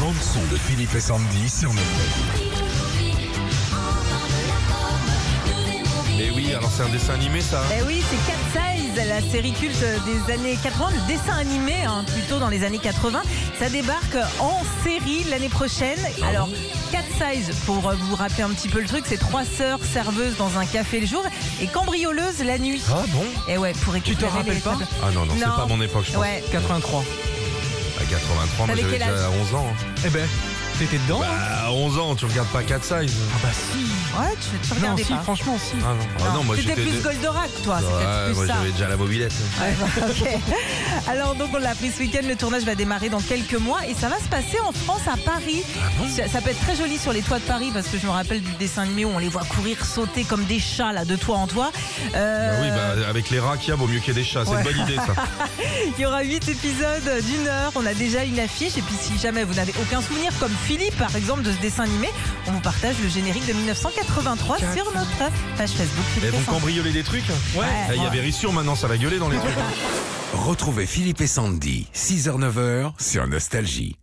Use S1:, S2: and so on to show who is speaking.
S1: bande son de Philippe et Sandy sur nos
S2: Mais oui, alors c'est un dessin animé ça
S3: Eh oui, c'est Cat Size, la série culte des années 80, le dessin animé hein, plutôt dans les années 80. Ça débarque en série l'année prochaine. Alors, Cat Size, pour euh, vous rappeler un petit peu le truc, c'est trois sœurs serveuses dans un café le jour et cambrioleuses la nuit.
S2: Ah bon
S3: Et ouais, pour récupérer
S4: rappelles
S3: les
S4: pas
S3: tables.
S2: Ah non, non, c'est
S3: Non.
S2: pas mon époque je pense.
S3: Ouais.
S4: 83.
S2: À 83, moi
S3: T'avais
S2: j'avais
S3: quel
S2: déjà
S3: âge
S2: 11 ans. hein.
S4: Eh ben, t'étais dedans hein
S2: Bah, à 11 ans, tu regardes pas 4 size.
S4: Ah bah si.
S3: Ouais, tu, tu
S4: Non,
S3: regardais
S4: si,
S3: pas.
S4: franchement, si.
S2: Ah non, ah non moi
S3: C'était
S2: j'étais.
S3: plus
S2: de-
S3: Goldorak, toi.
S2: Ouais,
S3: C'était plus
S2: moi
S3: ça.
S2: j'avais déjà la mobilette.
S3: Ouais, bah, ok. Alors donc on l'a appris ce week-end, le tournage va démarrer dans quelques mois et ça va se passer en France à Paris. ça, ça peut être très joli sur les toits de Paris parce que je me rappelle du dessin animé où on les voit courir, sauter comme des chats là de toit en toit. Euh,
S2: Bah oui, bah avec les rats qu'il y a, vaut mieux qu'il y ait des chats. C'est
S3: Ouais.
S2: une bonne idée ça.
S3: Il y aura 8 épisodes d'une heure, on a déjà une affiche et puis si jamais vous n'avez aucun souvenir comme Philippe par exemple de ce dessin animé, on vous partage le générique de 1983 sur notre page Facebook
S2: Et
S3: Philippe et
S2: vous
S3: Sandy.
S2: cambrioler des trucs
S3: Ouais.
S2: Eh, Il y avait Rissure maintenant, ça va gueuler dans les trucs.
S1: Retrouvez Philippe et Sandy, 6h-9h sur Nostalgie.